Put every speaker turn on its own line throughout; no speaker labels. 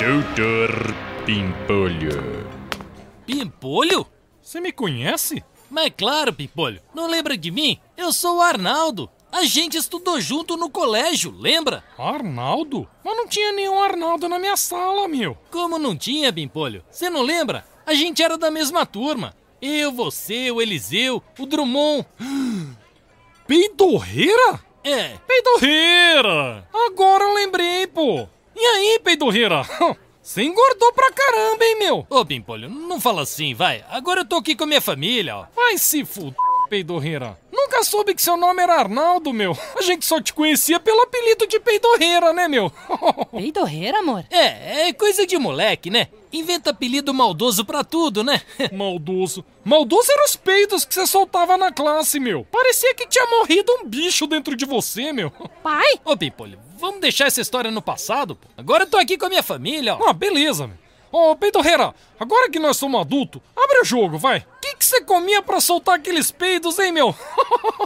Doutor Pimpolho.
Pimpolho?
Você me conhece?
Mas claro, Pimpolho. Não lembra de mim? Eu sou o Arnaldo. A gente estudou junto no colégio, lembra?
Arnaldo? Mas não tinha nenhum Arnaldo na minha sala, meu.
Como não tinha, Pimpolho? Você não lembra? A gente era da mesma turma. Eu, você, o Eliseu, o Drummond.
Peidorreira?
É,
Peidorreira! Agora eu lembrei, pô. E aí, peidorreira? Você engordou pra caramba, hein, meu?
ô Pimpolho, não fala assim, vai. Agora eu tô aqui com a minha família, ó.
Vai se fuder, peidorreira. Nunca soube que seu nome era Arnaldo, meu. A gente só te conhecia pelo apelido de peidorreira, né, meu?
Peidorreira, amor?
É, é coisa de moleque, né? Inventa apelido maldoso pra tudo, né?
Maldoso. Maldoso eram os peidos que você soltava na classe, meu. Parecia que tinha morrido um bicho dentro de você, meu.
Pai?
Ô, Pimpolho, vamos deixar essa história no passado, pô. Agora eu tô aqui com a minha família, ó.
Ah, beleza, meu. Ô, peidorreira, agora que nós somos adultos, abre o jogo, vai. O que que você comia pra soltar aqueles peidos, hein, meu?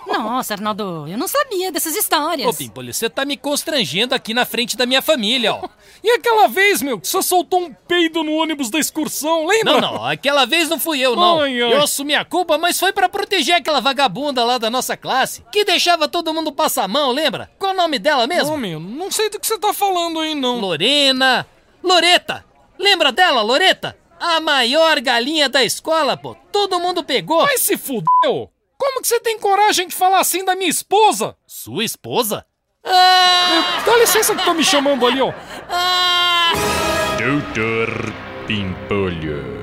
Nossa, Arnaldo, eu não sabia dessas
Ô,
histórias.
Pimpolho, você tá me constrangendo aqui na frente da minha família, ó.
E aquela vez, meu, que você soltou um peido no ônibus da excursão, lembra?
Não, não, aquela vez não fui eu, não.
Ai, ai.
Eu assumi a culpa, mas foi pra proteger aquela vagabunda lá da nossa classe, que deixava todo mundo passar a mão, lembra? Qual o nome dela mesmo?
Não, meu, não sei do que você tá falando aí, não.
Lorena. Loreta! Lembra dela, Loreta? A maior galinha da escola, pô. Todo mundo pegou.
Vai se fudeu! Como que você tem coragem de falar assim da minha esposa?
Sua esposa? Ah!
Dá licença que tô me chamando ali, ó.
ah!
Doutor Pimpolho.